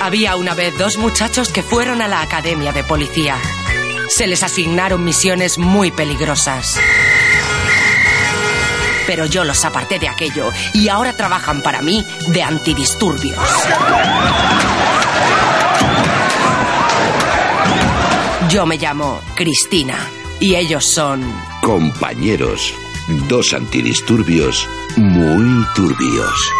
Había una vez dos muchachos que fueron a la academia de policía. Se les asignaron misiones muy peligrosas. Pero yo los aparté de aquello y ahora trabajan para mí de antidisturbios. Yo me llamo Cristina y ellos son... Compañeros, dos antidisturbios muy turbios.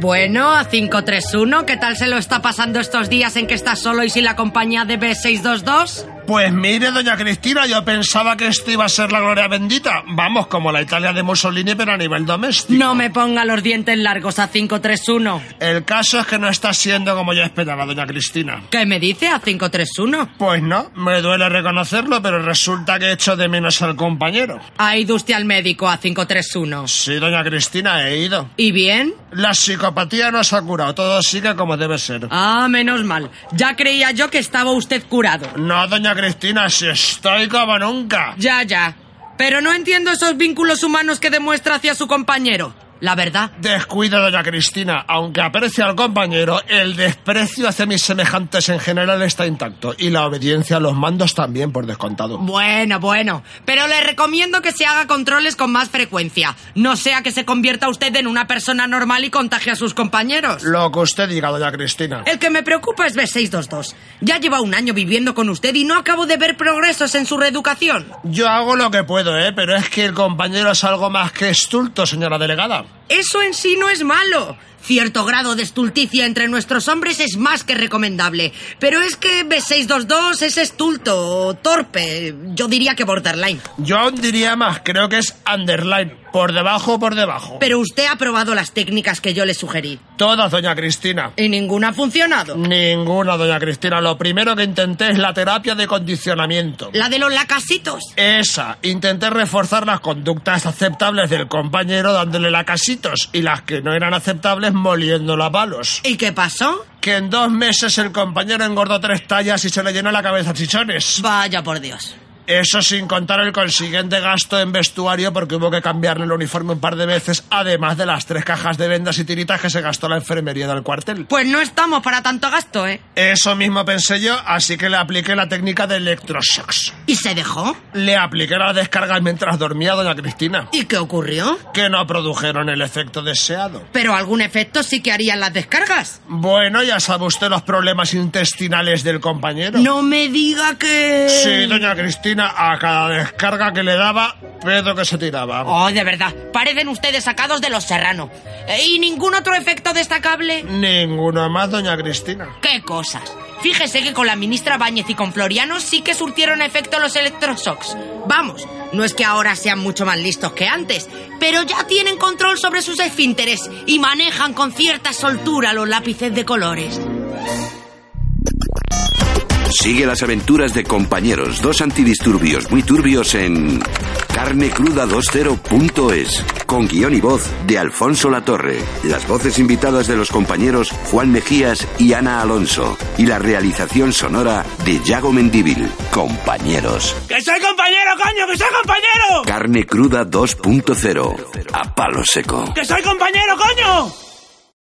Bueno, a 531, ¿qué tal se lo está pasando estos días en que está solo y sin la compañía de B622? Pues mire, doña Cristina, yo pensaba que esto iba a ser la gloria bendita. Vamos, como la Italia de Mussolini, pero a nivel doméstico. No me ponga los dientes largos a 531. El caso es que no está siendo como yo esperaba, doña Cristina. ¿Qué me dice a 531? Pues no, me duele reconocerlo, pero resulta que echo de menos al compañero. ¿Ha ido usted al médico a 531? Sí, doña Cristina, he ido. ¿Y bien? La psicopatía no se ha curado, todo sigue como debe ser. Ah, menos mal. Ya creía yo que estaba usted curado. No, doña Cristina, si estoy como nunca. Ya, ya. Pero no entiendo esos vínculos humanos que demuestra hacia su compañero. La verdad. Descuido, doña Cristina. Aunque aprecie al compañero, el desprecio hacia mis semejantes en general está intacto. Y la obediencia a los mandos también, por descontado. Bueno, bueno. Pero le recomiendo que se haga controles con más frecuencia. No sea que se convierta usted en una persona normal y contagie a sus compañeros. Lo que usted diga, doña Cristina. El que me preocupa es B622. Ya lleva un año viviendo con usted y no acabo de ver progresos en su reeducación. Yo hago lo que puedo, ¿eh? Pero es que el compañero es algo más que estulto, señora delegada. Eso en sí no es malo. Cierto grado de estulticia entre nuestros hombres es más que recomendable. Pero es que B622 es estulto, o torpe. Yo diría que borderline. Yo aún diría más, creo que es underline. Por debajo, por debajo. Pero usted ha probado las técnicas que yo le sugerí. Todas, doña Cristina. ¿Y ninguna ha funcionado? Ninguna, doña Cristina. Lo primero que intenté es la terapia de condicionamiento. ¿La de los lacasitos? Esa. Intenté reforzar las conductas aceptables del compañero dándole lacasitos y las que no eran aceptables moliéndola a palos. ¿Y qué pasó? que en dos meses el compañero engordó tres tallas y se le llenó la cabeza a chichones. Vaya por Dios. Eso sin contar el consiguiente gasto en vestuario porque hubo que cambiarle el uniforme un par de veces, además de las tres cajas de vendas y tiritas que se gastó la enfermería del cuartel. Pues no estamos para tanto gasto, ¿eh? Eso mismo pensé yo, así que le apliqué la técnica de electroshocks. ¿Y se dejó? Le apliqué la descarga mientras dormía doña Cristina. ¿Y qué ocurrió? Que no produjeron el efecto deseado. Pero algún efecto sí que harían las descargas. Bueno, ya sabe usted los problemas intestinales del compañero. No me diga que... Sí, doña Cristina a cada descarga que le daba, pedo que se tiraba. Oh, de verdad, parecen ustedes sacados de los serrano. Eh, ¿Y ningún otro efecto destacable? Ninguno más, doña Cristina. ¿Qué cosas? Fíjese que con la ministra Báñez y con Floriano sí que surtieron efecto los electroshocks. Vamos, no es que ahora sean mucho más listos que antes, pero ya tienen control sobre sus esfínteres y manejan con cierta soltura los lápices de colores. Sigue las aventuras de compañeros, dos antidisturbios muy turbios en carnecruda20.es, con guión y voz de Alfonso Latorre. Las voces invitadas de los compañeros Juan Mejías y Ana Alonso. Y la realización sonora de Yago Mendíbil. Compañeros. ¡Que soy compañero, coño! ¡Que soy compañero! Carne Cruda 2.0. A palo seco. ¡Que soy compañero, coño!